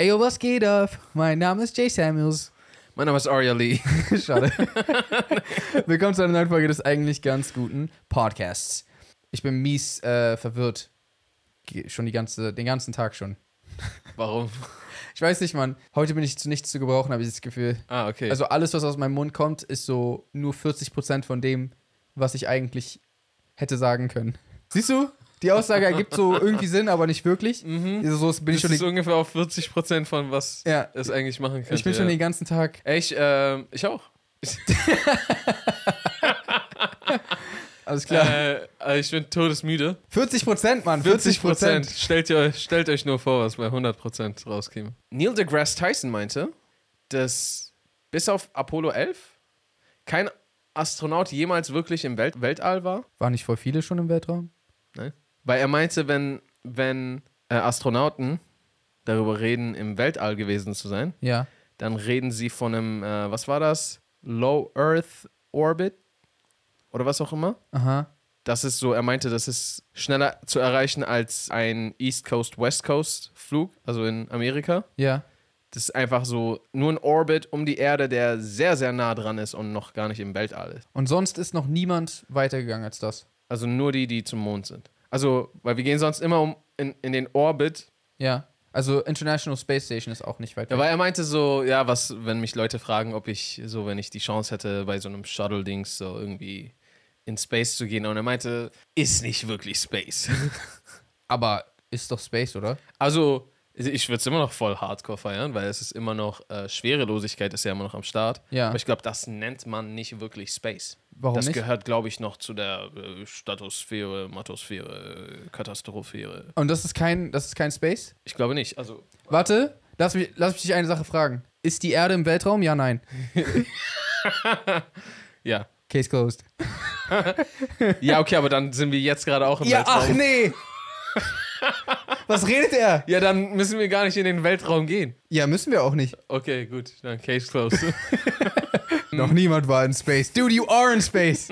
Yo, was geht ab? Mein Name ist Jay Samuels. Mein Name ist Aria Lee. Schade. Willkommen zu einer neuen Folge des eigentlich ganz guten Podcasts. Ich bin mies äh, verwirrt. Ge- Schon die ganze, den ganzen Tag schon. Warum? Ich weiß nicht, Mann. Heute bin ich zu nichts zu gebrauchen, habe ich das Gefühl. Ah, okay. Also alles, was aus meinem Mund kommt, ist so nur 40% von dem, was ich eigentlich hätte sagen können. Siehst du? Die Aussage ergibt so irgendwie Sinn, aber nicht wirklich. mhm. Also so bin ich Das schon ist den, ungefähr auf 40% von was ja, es eigentlich machen könnte. ich bin schon ja. den ganzen Tag. Ey, Ich, ähm, ich auch. Alles klar. Äh, äh, ich bin todesmüde. 40 Prozent, Mann. 40 Prozent. Stellt, ihr euch, stellt euch nur vor, was bei 100% rauskäme. Neil deGrasse Tyson meinte, dass bis auf Apollo 11 kein Astronaut jemals wirklich im Welt Weltall war. Waren nicht voll viele schon im Weltraum? Weil er meinte, wenn, wenn äh, Astronauten darüber reden, im Weltall gewesen zu sein, Ja. dann reden sie von einem, äh, was war das? Low Earth Orbit oder was auch immer. Aha. Das ist so, er meinte, das ist schneller zu erreichen als ein East Coast, West Coast Flug, also in Amerika. Ja. Das ist einfach so nur ein Orbit um die Erde, der sehr, sehr nah dran ist und noch gar nicht im Weltall ist. Und sonst ist noch niemand weitergegangen als das. Also nur die, die zum Mond sind. Also, weil wir gehen sonst immer um in, in den Orbit Ja. Also International Space Station ist auch nicht weit Ja, weg. weil er meinte so, ja, was, wenn mich Leute fragen, ob ich so, wenn ich die Chance hätte, bei so einem Shuttle-Dings so irgendwie in Space zu gehen. Und er meinte, ist nicht wirklich Space. Aber ist doch Space, oder? Also, ich würde es immer noch voll hardcore feiern, weil es ist immer noch, äh, Schwerelosigkeit ist ja immer noch am Start. Ja. Aber ich glaube, das nennt man nicht wirklich Space. Warum das nicht? gehört, glaube ich, noch zu der äh, Statosphäre, Matosphäre, äh, Katastrophäre. Und das ist kein, das ist kein Space? Ich glaube nicht. Also, Warte, lass mich, lass mich dich eine Sache fragen. Ist die Erde im Weltraum? Ja, nein. ja. Case closed. Ja, okay, aber dann sind wir jetzt gerade auch im Ja, Weltraum. ach nee. Was redet er? Ja, dann müssen wir gar nicht in den Weltraum gehen. Ja, müssen wir auch nicht. Okay, gut, dann Case closed. Hm. Noch niemand war in Space. Dude, you are in Space.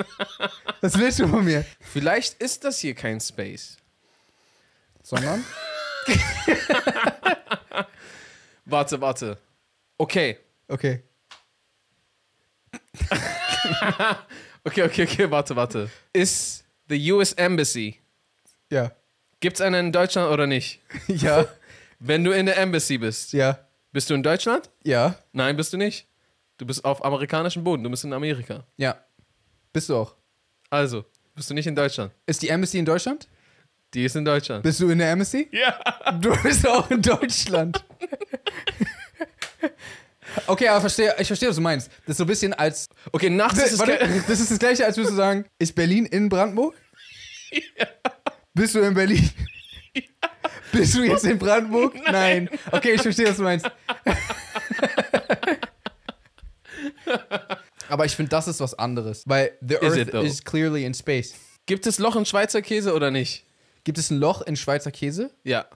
Was willst du von mir? Vielleicht ist das hier kein Space. Sondern? Warte, warte. Okay, Okay. okay, okay, okay, warte, warte. Ist the US Embassy, Ja. gibt's eine in Deutschland oder nicht? Ja. Wenn du in der Embassy bist, Ja. bist du in Deutschland? Ja. Nein, bist du nicht. Du bist auf amerikanischem Boden, du bist in Amerika. Ja. Bist du auch. Also, bist du nicht in Deutschland. Ist die Embassy in Deutschland? Die ist in Deutschland. Bist du in der Embassy? ja. Du bist auch in Deutschland. Okay, aber verstehe, ich verstehe, was du meinst. Das ist so ein bisschen als. Okay, nachts ist es Warte, kein- das ist das gleiche, als würdest du sagen, ist Berlin in Brandenburg? Bist du in Berlin? Bist du jetzt in Brandenburg? Nein. Okay, ich verstehe, was du meinst. aber ich finde, das ist was anderes. Weil the it Earth though? is clearly in space. Gibt es Loch in Schweizer Käse oder nicht? Gibt es ein Loch in Schweizer Käse? Ja.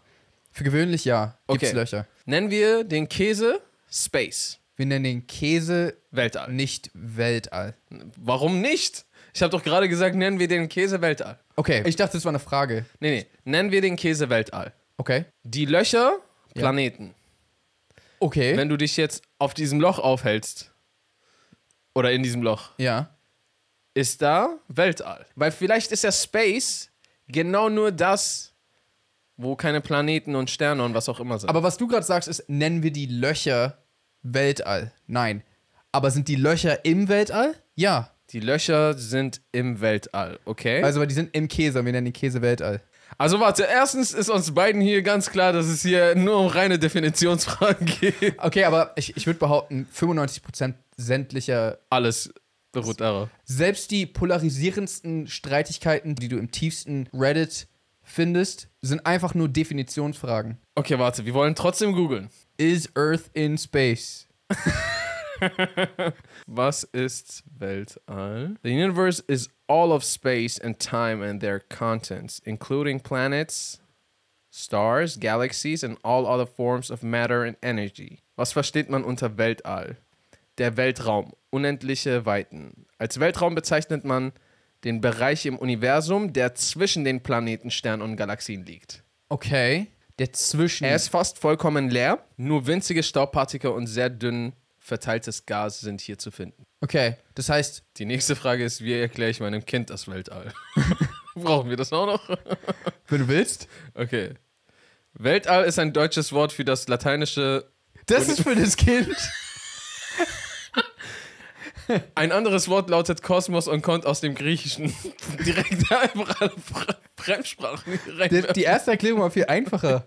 Für gewöhnlich ja. Gibt es Okay. Löcher. Nennen wir den Käse Space. Wir nennen den Käse Weltall. nicht Weltall. Warum nicht? Ich habe doch gerade gesagt, nennen wir den Käse Weltall. Okay, ich dachte, das war eine Frage. Nee, nee, nennen wir den Käse Weltall. Okay. Die Löcher, Ja. Planeten. Okay. Wenn du dich jetzt auf diesem Loch aufhältst, oder in diesem Loch, ja. ist da Weltall. Weil vielleicht ist ja Space genau nur das, wo keine Planeten und Sterne und was auch immer sind. Aber was du gerade sagst, ist, nennen wir die Löcher Weltall. Nein. Aber sind die Löcher im Weltall? Ja. die Löcher sind im Weltall, okay? Also, Also, weil die sind im Käse und wir nennen den Käse Weltall. warte, erstens ist uns beiden hier ganz klar, dass es hier nur um reine Definitionsfragen geht. Okay, aber ich, ich würde behaupten, 95% sämtlicher, Alles beruht darauf. selbst die polarisierendsten Streitigkeiten, die du im tiefsten Reddit findest, sind einfach nur Definitionsfragen. Okay, warte, wir wollen trotzdem googeln. Is Earth in Space? Was ist Weltall? The universe is all of space and time and their contents, including planets, stars, galaxies and all other forms of matter and energy. Was versteht man unter Weltall? Der Weltraum, unendliche Weiten. Als Weltraum bezeichnet man den Hm. Bereich im Universum, der zwischen den Planeten, Sternen und Galaxien liegt. Okay. Der Zwischen. Er ist fast vollkommen leer. Nur winzige Staubpartikel und sehr dünn verteiltes Gas sind hier zu finden. okay, das heißt, Die nächste Frage ist, wie erkläre ich meinem Kind das Weltall? Brauchen wir das auch noch? wenn du willst, Okay. Weltall ist ein deutsches Wort für das lateinische. das ist für das Kind. Ein anderes Wort lautet Kosmos und kommt aus dem Griechischen. Direkt einfach alle Fre- Fremdsprachen. direkt. Die, die erste Erklärung war viel einfacher.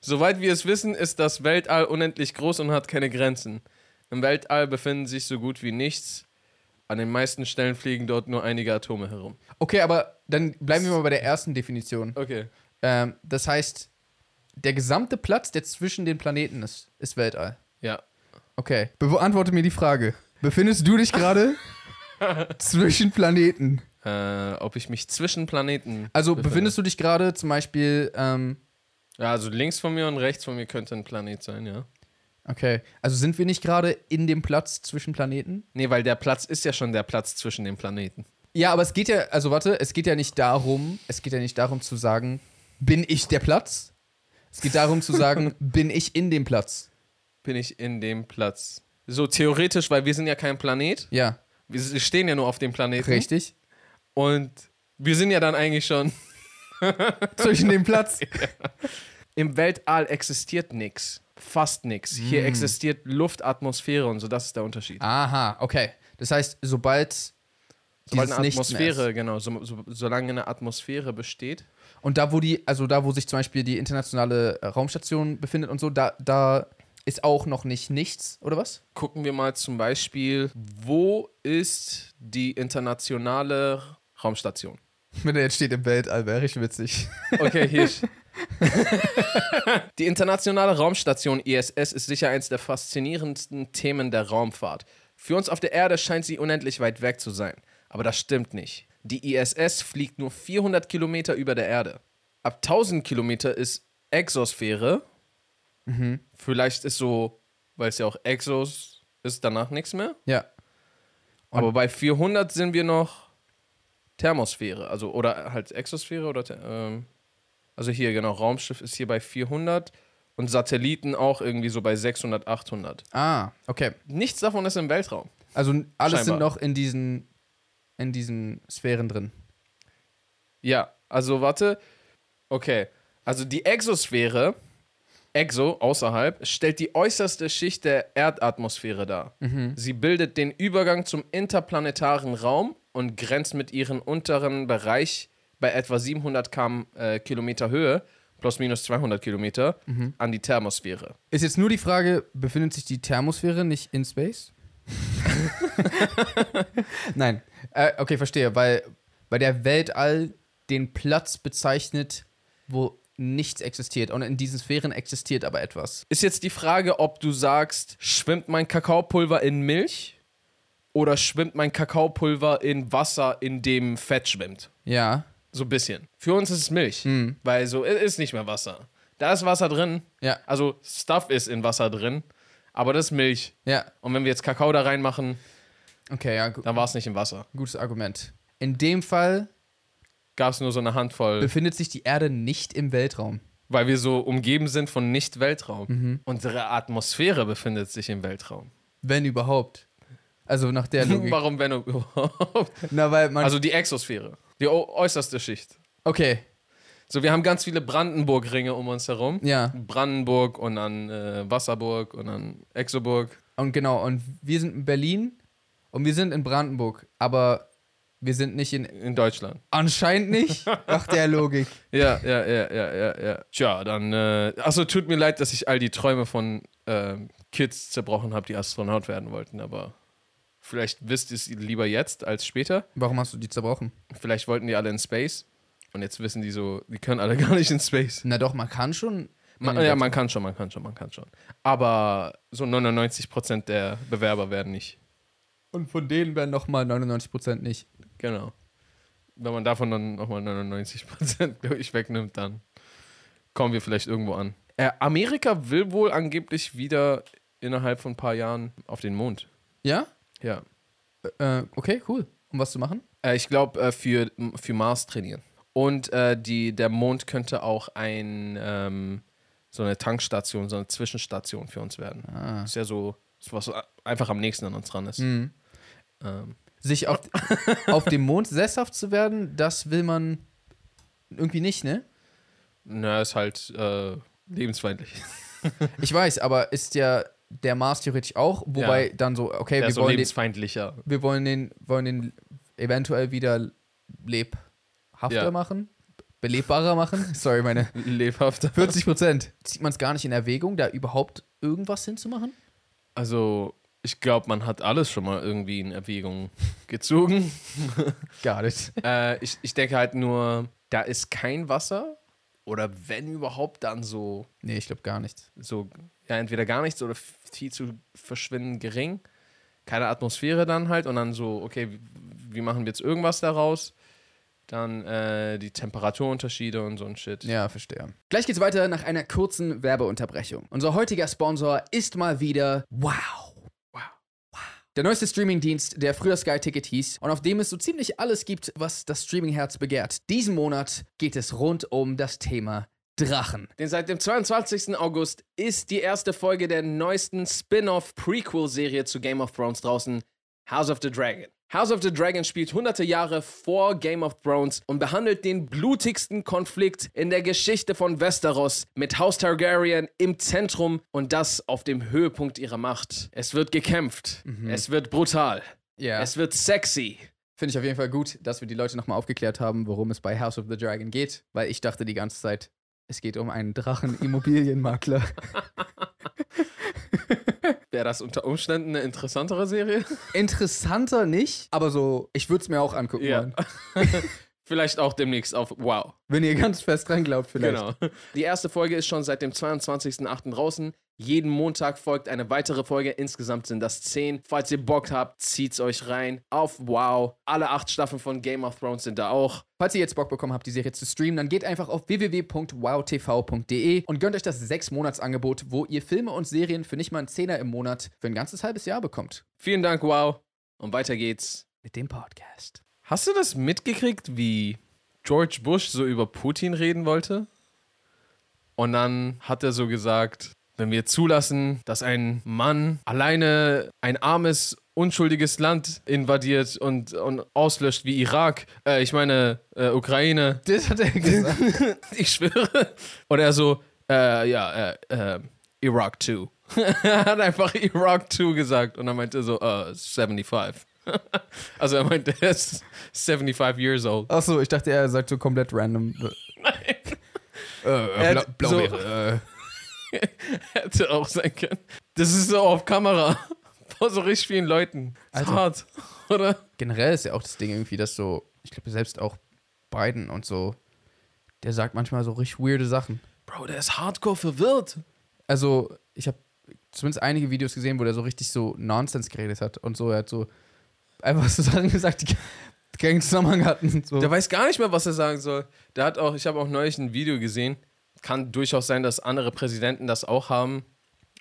Soweit wir es wissen, ist das Weltall unendlich groß und hat keine Grenzen. Im Weltall befinden sich so gut wie nichts. An den meisten Stellen fliegen dort nur einige Atome herum. Okay, aber dann bleiben wir mal bei der ersten Definition. Okay. Ähm, das heißt, der gesamte Platz, der zwischen den Planeten ist, ist Weltall. Ja. Okay. Beantworte mir die Frage. Befindest du dich gerade zwischen Planeten? Äh, ob ich mich zwischen Planeten. Also befinde? befindest du dich gerade zum Beispiel, ähm, Ja, also links von mir und rechts von mir könnte ein Planet sein, ja. okay, also sind wir nicht gerade in dem Platz zwischen Planeten? Nee, weil der Platz ist ja schon der Platz zwischen den Planeten. Ja, aber es geht ja, also warte, es geht ja nicht darum, es geht ja nicht darum zu sagen, bin ich der Platz? Es geht darum zu sagen, bin ich in dem Platz? Bin ich in dem Platz. So theoretisch, weil wir sind ja kein Planet. Ja, Wir s- stehen ja nur auf dem Planeten. richtig. Und wir sind ja dann eigentlich schon. zwischen dem Platz. Im Weltall existiert nichts. Fast nichts. Hier existiert Luftatmosphäre und so, das ist der Unterschied. Ah, Aha, okay. Das heißt, sobald, Sobald dieses eine Nichts mehr Atmosphäre, genau, so, so, solange eine Atmosphäre besteht, ist. Und da, wo die, also da, wo sich zum Beispiel die internationale äh, Raumstation befindet und so, da, da ist auch noch nicht nichts, oder was? gucken wir mal zum Beispiel, wo ist die internationale Raumstation? Wenn er jetzt steht im Weltall, wäre ich witzig. Okay, hier. ist- Die internationale Raumstation ISS ist sicher eines der faszinierendsten Themen der Raumfahrt. Für uns auf der Erde scheint sie unendlich weit weg zu sein. Aber das stimmt nicht. Die ISS fliegt nur 400 Kilometer über der Erde. Ab 1000 Kilometer ist Exosphäre. Mhm. Vielleicht ist so, weil es ja auch Exos ist, danach nichts mehr. Ja. Aber bei 400 sind wir noch Thermosphäre, also oder halt Exosphäre oder Ther- ähm, also hier genau Raumschiff ist hier bei 400 und Satelliten auch irgendwie so bei 600, 800. Ah, okay. Nichts davon ist im Weltraum. Also n- alles sind Scheinbar. noch in diesen, in diesen Sphären drin. Ja, also warte. Okay, also die Exosphäre, Exo außerhalb, stellt die äußerste Schicht der Erdatmosphäre dar. Sie bildet den Übergang zum interplanetaren Raum und grenzt mit ihrem unteren Bereich bei etwa 700 km, äh, Kilometer Höhe, plus minus 200 Kilometer, an die Thermosphäre. Ist jetzt nur die Frage, befindet sich die Thermosphäre nicht in Space? Nein. Äh, okay, verstehe, weil, weil der Weltall den Platz bezeichnet, wo nichts existiert. Und in diesen Sphären existiert aber etwas. Ist jetzt die Frage, ob du sagst, schwimmt mein Kakaopulver in Milch oder schwimmt mein Kakaopulver in Wasser, in dem Fett schwimmt? Ja. So ein bisschen. Für uns ist es Milch, Hm. weil so es ist nicht mehr Wasser. Da ist Wasser drin. Ja. Also Stuff ist in Wasser drin, aber das ist Milch. Ja. Und wenn wir jetzt Kakao da reinmachen, Okay, ja, gu dann war es nicht im Wasser. gutes Argument. In dem Fall Gab es nur so eine Handvoll, befindet sich die Erde nicht im Weltraum. weil wir so umgeben sind von Nicht-Weltraum. Mhm. Unsere Atmosphäre befindet sich im Weltraum. Wenn überhaupt. Also nach der Logik. Warum, wenn überhaupt? Na, weil man. Also die Exosphäre, die au- äußerste Schicht. okay, So, wir haben ganz viele Brandenburg-Ringe um uns herum. ja. Brandenburg und dann äh, Wasserburg und dann Exoburg. Und genau, und wir sind in Berlin und wir sind in Brandenburg, aber wir sind nicht in. In Deutschland. Anscheinend nicht, nach der Logik. Ja, ja, ja, ja, ja, ja. Tja, dann, äh, also tut mir leid, dass ich all die Träume von ähm, Kids zerbrochen habe, die Astronaut werden wollten, aber vielleicht wisst ihr es lieber jetzt als später. Warum hast du die zerbrochen? Vielleicht wollten die alle in Space und jetzt wissen die so, die können alle gar nicht in Space. Na doch, man kann schon. in Man, den ja, Welt- man kann schon, man kann schon, man kann schon. Aber so 99% der Bewerber werden nicht. Und von denen werden nochmal 99% nicht. Genau. Wenn man davon dann nochmal 99% glaube ich wegnimmt, dann kommen wir vielleicht irgendwo an. Äh, Amerika will wohl angeblich wieder innerhalb von ein paar Jahren auf den Mond. Ja? Ja. Äh, okay, cool. Um was zu machen? Äh, ich glaube, äh, für, für Mars trainieren. Und äh, die, der Mond könnte auch ein, ähm, so eine Tankstation, so eine Zwischenstation für uns werden. Ah. Ist ja so, ist was einfach am nächsten an uns dran ist. Mhm. Ähm, Sich auf, auf dem Mond sesshaft zu werden, das will man irgendwie nicht, ne? na, ist halt äh, lebensfeindlich. Ich weiß, aber ist ja der Mars theoretisch auch, wobei dann so, okay, Der wir ist so wollen, den, lebensfeindlicher. wir wollen den, wollen den eventuell wieder lebhafter Ja. machen, belebbarer machen. Sorry, meine Lebhafter. 40 Prozent. Zieht man es gar nicht in Erwägung, da überhaupt irgendwas hinzumachen? Also, ich glaube, man hat alles schon mal irgendwie in Erwägung gezogen. Gar nicht. äh, ich, ich denke halt nur, da ist kein Wasser oder wenn überhaupt, dann so, Nee, ich glaube gar nicht. so ja, entweder gar nichts oder viel zu verschwinden gering. Keine Atmosphäre dann halt und dann so, okay, wie, wie machen wir jetzt irgendwas daraus? Dann äh, die Temperaturunterschiede und so ein Shit. Ja, verstehe. Gleich geht's weiter nach einer kurzen Werbeunterbrechung. Unser heutiger Sponsor ist mal wieder Wow. Wow. Der neueste Streamingdienst, der früher Sky Ticket hieß und auf dem es so ziemlich alles gibt, was das Streamingherz begehrt. Diesen Monat geht es rund um das Thema Drachen. Denn seit dem 22. August ist die erste Folge der neuesten Spin-off-Prequel-Serie zu Game of Thrones draußen, House of the Dragon. House of the Dragon spielt hunderte Jahre vor Game of Thrones und behandelt den blutigsten Konflikt in der Geschichte von Westeros mit House Targaryen im Zentrum und das auf dem Höhepunkt ihrer Macht. Es wird gekämpft, es wird brutal, Ja. es wird sexy. Finde ich auf jeden Fall gut, dass wir die Leute nochmal aufgeklärt haben, worum es bei House of the Dragon geht, weil ich dachte die ganze Zeit, es geht um einen Drachen-Immobilienmakler. Wäre das unter Umständen eine interessantere Serie? Interessanter nicht, aber so, ich würde es mir auch angucken Ja. wollen. Vielleicht auch demnächst auf Wow. Wenn ihr ganz fest dran glaubt, vielleicht. Genau. Die erste Folge ist schon seit dem 22.08. draußen. Jeden Montag folgt eine weitere Folge. Insgesamt sind das 10. Falls ihr Bock habt, zieht's euch rein. Auf Wow. Alle acht Staffeln von Game of Thrones sind da auch. Falls ihr jetzt Bock bekommen habt, die Serie zu streamen, dann geht einfach auf www.wowtv.de und gönnt euch das 6-Monats-Angebot, wo ihr Filme und Serien für nicht mal einen Zehner im Monat für ein ganzes halbes Jahr bekommt. Vielen Dank, Wow. Und weiter geht's. Mit dem Podcast. Hast du das mitgekriegt, wie George Bush so über Putin reden wollte? Und dann hat er so gesagt, wenn wir zulassen, dass ein Mann alleine ein armes, unschuldiges Land invadiert und, und auslöscht wie Irak, äh, ich meine äh, Ukraine, Das hat er gesagt. ich schwöre. Und er so, äh, ja, äh, äh, Iraq 2. er hat einfach Iraq 2 gesagt und dann meinte er so, äh, 75. also er meinte, er ist 75 years old. Achso, ich dachte, er sagt so komplett random. Äh, Er Bla hat so- Blaubeere. Hätte auch sein können. Das ist so auf Kamera. Vor so richtig vielen Leuten. Ist Alter. hart, oder? Generell ist ja auch das Ding irgendwie, dass so, ich glaube, selbst auch Biden und so, der sagt manchmal so richtig weirde Sachen. Bro, der ist hardcore verwirrt. also ich habe zumindest einige Videos gesehen, wo der so richtig so Nonsense geredet hat und so, er hat so einfach so Sachen gesagt, die keinen Zusammenhang hatten. So. Der weiß gar nicht mehr, was er sagen soll. Der hat auch, ich habe auch neulich ein Video gesehen. Kann durchaus sein, dass andere Präsidenten das auch haben.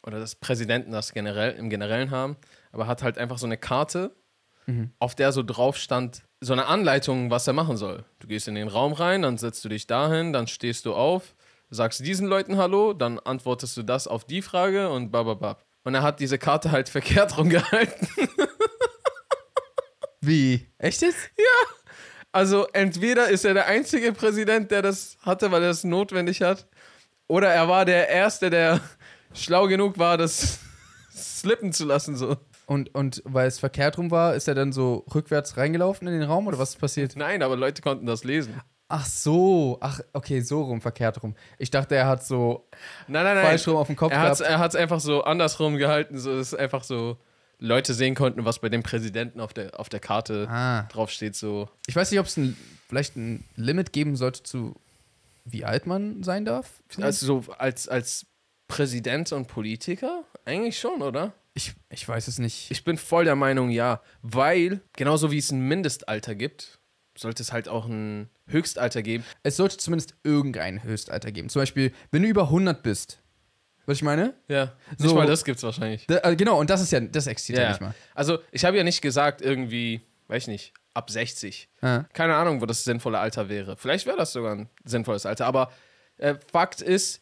Oder dass Präsidenten das generell im Generellen haben. Aber hat halt einfach so eine Karte, auf der so drauf stand, so eine Anleitung, was er machen soll. Du gehst in den Raum rein, dann setzt du dich dahin, dann stehst du auf, sagst diesen Leuten Hallo, dann antwortest du das auf die Frage und bababab. Und er hat diese Karte halt verkehrt rumgehalten. Wie? Echt jetzt? Also entweder ist er der einzige Präsident, der das hatte, weil er es notwendig hat, oder er war der Erste, der schlau genug war, das slippen zu lassen. So. Und, und weil es verkehrt rum war, ist er dann so rückwärts reingelaufen in den Raum oder was ist passiert? Nein, aber Leute konnten das lesen. Ach so, ach, okay, so rum, verkehrt rum. Ich dachte, er hat so Nein, nein, nein. falsch rum auf den Kopf er hat es gehabt. er hat's einfach so andersrum gehalten, so dass einfach so Leute sehen konnten, was bei dem Präsidenten auf der, auf der Karte Ah. draufsteht. So. Ich weiß nicht, ob es ein, vielleicht ein Limit geben sollte zu wie alt man sein darf. Also so als, als Präsident und Politiker? Eigentlich schon, oder? ich, ich weiß es nicht. Ich bin voll der Meinung, ja. Weil, genauso wie es ein Mindestalter gibt, sollte es halt auch ein Höchstalter geben. es sollte zumindest irgendein Höchstalter geben. Zum Beispiel, wenn du über 100 bist. Was ich meine? Ja. Nicht So- mal das gibt's wahrscheinlich. Da, äh, genau, und das ist ja, das existiert ja nicht mal. Also, ich habe ja nicht gesagt, irgendwie, weiß ich nicht, ab 60. Ja. Keine Ahnung, wo das sinnvolle Alter wäre. Vielleicht wäre das sogar ein sinnvolles Alter, aber äh, Fakt ist,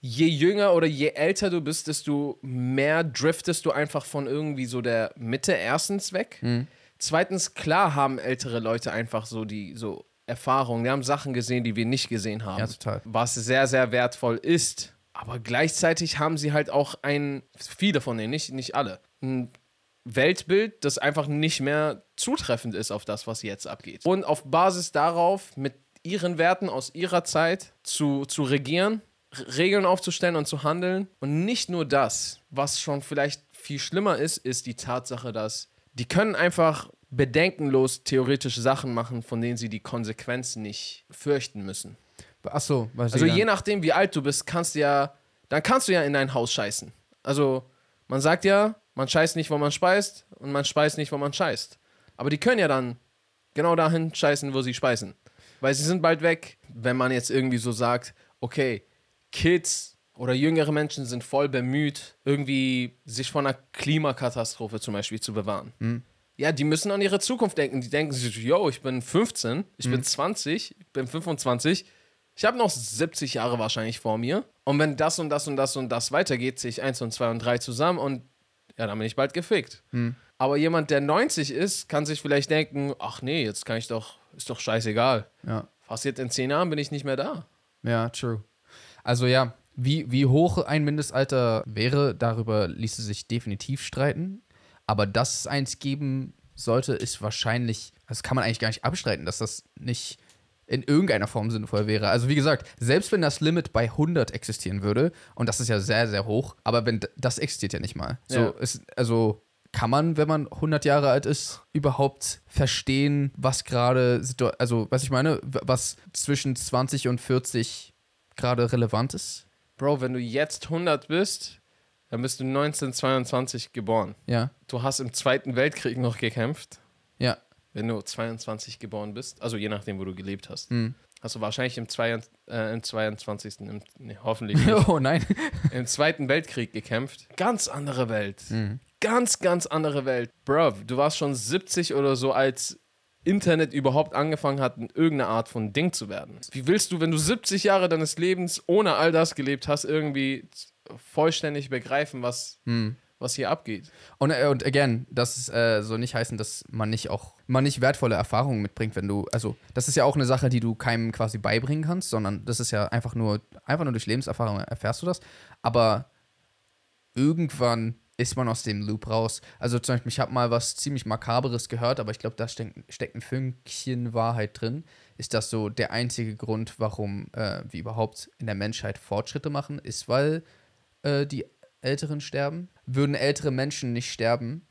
je jünger oder je älter du bist, desto mehr driftest du einfach von irgendwie so der Mitte erstens weg. Mhm. Zweitens, klar haben ältere Leute einfach so die so Erfahrung, die haben Sachen gesehen, die wir nicht gesehen haben. Ja, total. Was sehr, sehr wertvoll ist. Aber gleichzeitig haben sie halt auch ein, viele von denen, nicht, nicht alle, ein Weltbild, das einfach nicht mehr zutreffend ist auf das, was jetzt abgeht. Und auf Basis darauf mit ihren Werten aus ihrer Zeit zu, zu regieren, R- Regeln aufzustellen und zu handeln. Und nicht nur das, was schon vielleicht viel schlimmer ist, ist die Tatsache, dass die können einfach bedenkenlos theoretische Sachen machen, von denen sie die Konsequenzen nicht fürchten müssen. Achso, was Also je nachdem, wie alt du bist, kannst du ja, dann kannst du ja in dein Haus scheißen. Also man sagt ja, man scheißt nicht, wo man speist und man speist nicht, wo man scheißt. Aber die können ja dann genau dahin scheißen, wo sie speisen. Weil sie sind bald weg, wenn man jetzt irgendwie so sagt, okay, Kids oder jüngere Menschen sind voll bemüht, irgendwie sich vor einer Klimakatastrophe zum Beispiel zu bewahren. Ja, die müssen an ihre Zukunft denken. Die denken sich, yo, ich bin 15, ich bin 20, ich bin 25, ich habe noch 70 Jahre wahrscheinlich vor mir. Und wenn das und das und das und das weitergeht, ziehe ich 1 und 2 und 3 zusammen und ja, dann bin ich bald gefickt. Aber jemand, der 90 ist, kann sich vielleicht denken, ach nee, jetzt kann ich doch, ist doch scheißegal. Ja. Passiert in 10 Jahren bin ich nicht mehr da. Ja, true. Also ja, wie, wie hoch ein Mindestalter wäre, darüber ließe sich definitiv streiten. Aber dass es eins geben sollte, ist wahrscheinlich, das kann man eigentlich gar nicht abstreiten, dass das nicht in irgendeiner Form sinnvoll wäre. Also wie gesagt, selbst wenn das Limit bei 100 existieren würde, und das ist ja sehr, sehr hoch, aber wenn d- das existiert ja nicht mal. So, Ja. es- also kann man, wenn man 100 Jahre alt ist, überhaupt verstehen, was gerade, situ- also was ich meine, w- was zwischen 20 und 40 gerade relevant ist? Bro, wenn du jetzt 100 bist, dann bist du 1922 geboren. Ja, Du hast im Zweiten Weltkrieg noch gekämpft. ja, wenn du 22 geboren bist, also je nachdem, wo du gelebt hast, hast du wahrscheinlich im, 22, äh, im 22. Im, nee, hoffentlich nicht, Oh nein. im Zweiten Weltkrieg gekämpft. Ganz andere Welt. Ganz, ganz andere Welt. Bro, du warst schon 70 oder so, als Internet überhaupt angefangen hat, in irgendeine Art von Ding zu werden. Wie willst du, wenn du 70 Jahre deines Lebens ohne all das gelebt hast, irgendwie vollständig begreifen, was, was hier abgeht? Und, äh, und again, das äh, soll nicht heißen, dass man nicht auch, man nicht wertvolle Erfahrungen mitbringt, wenn du, also das ist ja auch eine Sache, die du keinem quasi beibringen kannst, sondern das ist ja einfach nur, einfach nur durch Lebenserfahrung erfährst du das. Aber irgendwann ist man aus dem Loop raus. Also zum Beispiel, ich habe mal was ziemlich Makaberes gehört, aber ich glaube, da steckt, steckt ein Fünkchen Wahrheit drin. Ist das so der einzige Grund, warum äh, wir überhaupt in der Menschheit Fortschritte machen, ist, weil äh, die Älteren sterben. Würden ältere Menschen nicht sterben,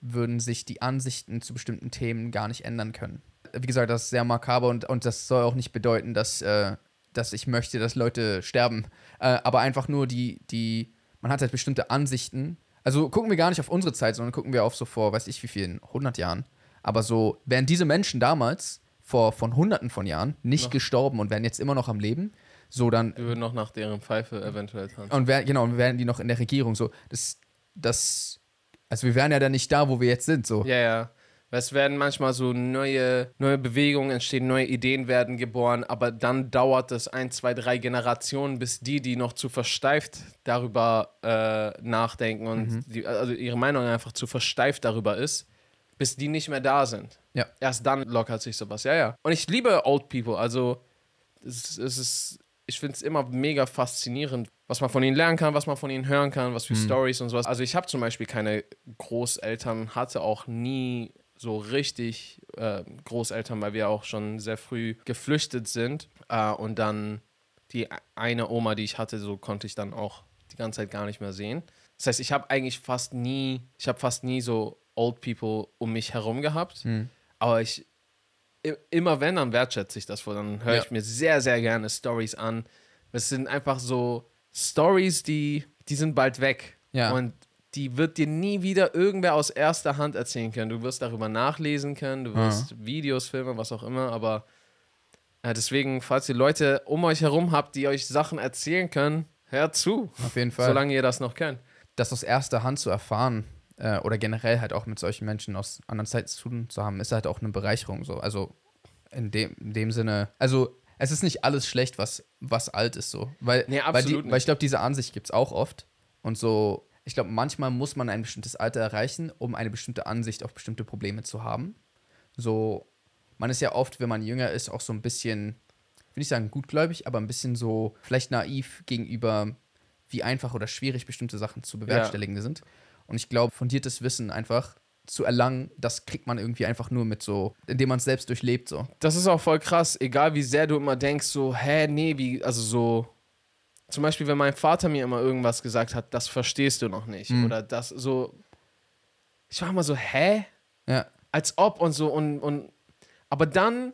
würden sich die Ansichten zu bestimmten Themen gar nicht ändern können. Wie gesagt, das ist sehr makaber und, und das soll auch nicht bedeuten, dass, äh, dass ich möchte, dass Leute sterben. Äh, aber einfach nur die, die, man hat halt bestimmte Ansichten. Also gucken wir gar nicht auf unsere Zeit, sondern gucken wir auf so vor, weiß ich wie vielen, 100 Jahren. Aber so, wären diese Menschen damals vor von hunderten von Jahren nicht gestorben und wären jetzt immer noch am Leben, so dann Wir würden noch nach deren Pfeife eventuell tanzen. und wer, genau, und wären die noch in der Regierung so. Das, das, also wir wären ja dann nicht da, wo wir jetzt sind, so. Ja, ja. Weil Es werden manchmal so neue, neue Bewegungen entstehen, neue Ideen werden geboren, aber dann dauert es ein, zwei, drei Generationen, bis die, die noch zu versteift darüber äh, nachdenken und Mhm. die, also ihre Meinung einfach zu versteift darüber ist, bis die nicht mehr da sind. Ja. Erst dann lockert sich sowas. Ja, ja. Und ich liebe Old People, also es, ist- es ist, ich finde es immer mega faszinierend, was man von ihnen lernen kann, was man von ihnen hören kann, was für Stories und sowas. Also ich habe zum Beispiel keine Großeltern, hatte auch nie so richtig äh, Großeltern, weil wir auch schon sehr früh geflüchtet sind. Äh, und dann die e-, eine Oma, die ich hatte, so konnte ich dann auch die ganze Zeit gar nicht mehr sehen. Das heißt, ich habe eigentlich fast nie, ich habe fast nie so Old People um mich herum gehabt. Hm. Aber ich, i- immer wenn, dann wertschätze ich das wohl. Dann höre Ja. ich mir sehr, sehr gerne Stories an. Es sind einfach so Stories, die, die sind bald weg. Ja. Und die wird dir nie wieder irgendwer aus erster Hand erzählen können. Du wirst darüber nachlesen können, Ah. du wirst Videos, Filme, was auch immer, aber ja, deswegen, falls ihr Leute um euch herum habt, die euch Sachen erzählen können, hört zu, Auf jeden Fall. solange ihr das noch könnt. das aus erster Hand zu erfahren, äh, äh, oder generell halt auch mit solchen Menschen aus anderen Zeiten zu tun zu haben, ist halt auch eine Bereicherung so. Also in dem, in dem Sinne, also es ist nicht alles schlecht, was, was alt ist so. Weil, Nee, weil, die, absolut weil ich glaube, diese Ansicht gibt es auch oft. Und so, ich glaube, manchmal muss man ein bestimmtes Alter erreichen, um eine bestimmte Ansicht auf bestimmte Probleme zu haben. So, man ist ja oft, wenn man jünger ist, auch so ein bisschen, will ich sagen, gutgläubig, aber ein bisschen so vielleicht naiv gegenüber, wie einfach oder schwierig bestimmte Sachen zu bewerkstelligen sind. Und ich glaube, fundiertes Wissen einfach zu erlangen, das kriegt man irgendwie einfach nur mit so, indem man es selbst durchlebt so. Das ist auch voll krass, egal wie sehr du immer denkst, so, hä, nee, wie, also so. Zum Beispiel, wenn mein Vater mir immer irgendwas gesagt hat, das verstehst du noch nicht. Oder das so. Ich war immer so, hä? Ja, Als ob und so und, und. Aber dann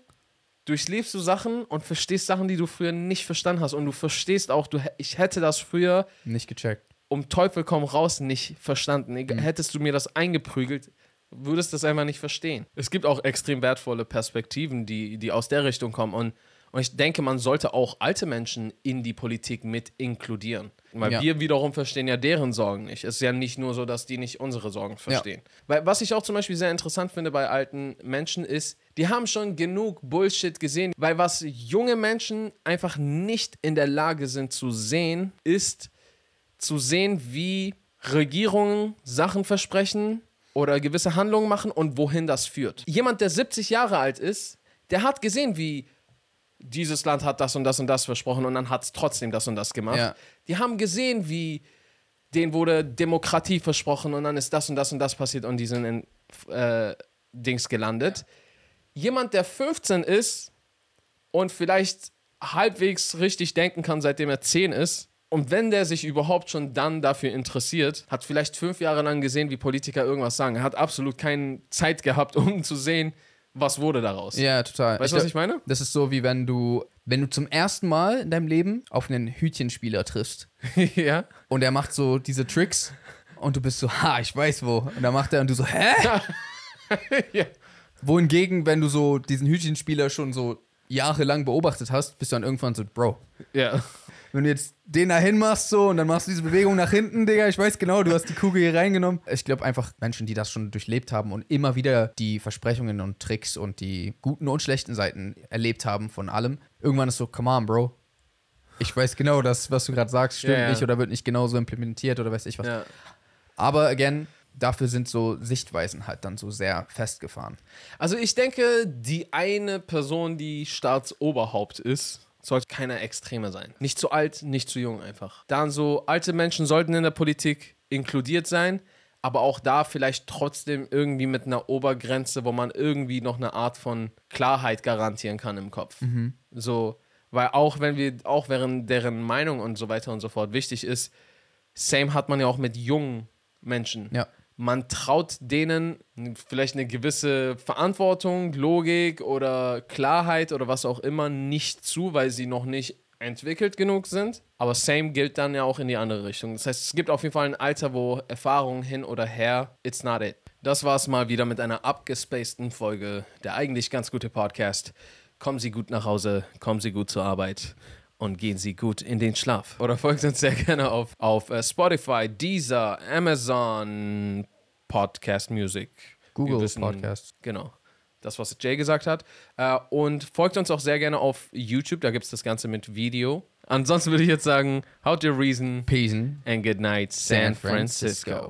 durchlebst du Sachen und verstehst Sachen, die du früher nicht verstanden hast. Und du verstehst auch, du, hä- ich hätte das früher nicht gecheckt. um Teufel komm raus nicht verstanden. Egal, Hättest du mir das eingeprügelt, würdest das einfach nicht verstehen. Es gibt auch extrem wertvolle Perspektiven, die, die aus der Richtung kommen. Und, und ich denke, man sollte auch alte Menschen in die Politik mit inkludieren. Weil Ja. wir wiederum verstehen ja deren Sorgen nicht. Es ist ja nicht nur so, dass die nicht unsere Sorgen verstehen. Weil, was ich auch zum Beispiel sehr interessant finde bei alten Menschen ist, die haben schon genug Bullshit gesehen, weil was junge Menschen einfach nicht in der Lage sind zu sehen, ist, zu sehen, wie Regierungen Sachen versprechen oder gewisse Handlungen machen und wohin das führt. Jemand, der 70 Jahre alt ist, der hat gesehen, wie dieses Land hat das und das und das versprochen und dann hat es trotzdem das und das gemacht. Ja. Die haben gesehen, wie denen wurde Demokratie versprochen und dann ist das und das und das passiert und die sind in äh, Dings gelandet. Jemand, der 15 ist, und vielleicht halbwegs richtig denken kann, seitdem er 10 ist. Und wenn der sich überhaupt schon dann dafür interessiert, hat vielleicht fünf Jahre lang gesehen, wie Politiker irgendwas sagen. Er hat absolut keine Zeit gehabt, um zu sehen, was wurde daraus. Ja, total. Weißt du, was ich meine? Das ist so, wie wenn du, wenn du zum ersten Mal in deinem Leben auf einen Hütchenspieler triffst ja. und er macht so diese Tricks und du bist so, ha, ich weiß wo. Und dann macht er und du so, hä? Ja. Wohingegen, wenn du so diesen Hütchenspieler schon so jahrelang beobachtet hast, bist du dann irgendwann so, Bro, Ja. Wenn du jetzt den da hinmachst so und dann machst du diese Bewegung nach hinten, Digga, ich weiß genau, du hast die Kugel hier reingenommen. ich glaube einfach Menschen, die das schon durchlebt haben und immer wieder die Versprechungen und Tricks und die guten und schlechten Seiten erlebt haben von allem, irgendwann ist so, come on, Bro. Ich weiß genau, das, was du gerade sagst, stimmt Ja, ja. nicht oder wird nicht genauso implementiert oder weiß ich was. ja. Aber again, dafür sind so Sichtweisen halt dann so sehr festgefahren. Also ich denke, die eine Person, die Staatsoberhaupt ist, sollte keiner Extreme sein. Nicht zu alt, nicht zu jung einfach. Dann so, alte Menschen sollten in der Politik inkludiert sein, aber auch da vielleicht trotzdem irgendwie mit einer Obergrenze, wo man irgendwie noch eine Art von Klarheit garantieren kann im Kopf. So, weil auch wenn wir, auch während deren Meinung und so weiter und so fort wichtig ist, same hat man ja auch mit jungen Menschen Ja. man traut denen vielleicht eine gewisse Verantwortung, Logik oder Klarheit oder was auch immer nicht zu, weil sie noch nicht entwickelt genug sind. Aber same gilt dann ja auch in die andere Richtung. Das heißt, es gibt auf jeden Fall ein Alter, wo Erfahrung hin oder her, it's not it. Das war's mal wieder mit einer abgespaceden Folge. Der eigentlich ganz gute Podcast. Kommen Sie gut nach Hause, kommen Sie gut zur Arbeit und gehen Sie gut in den Schlaf. Oder folgt uns sehr gerne auf, auf äh, Spotify, Deezer, Amazon, Podcast Music. Google Wir wissen- Podcasts. Genau. Das, was Jay gesagt hat. Äh, Und folgt uns auch sehr gerne auf YouTube, da gibt es das Ganze mit Video. Ansonsten würde ich jetzt sagen, how to reason Pesen. and good night, San Francisco.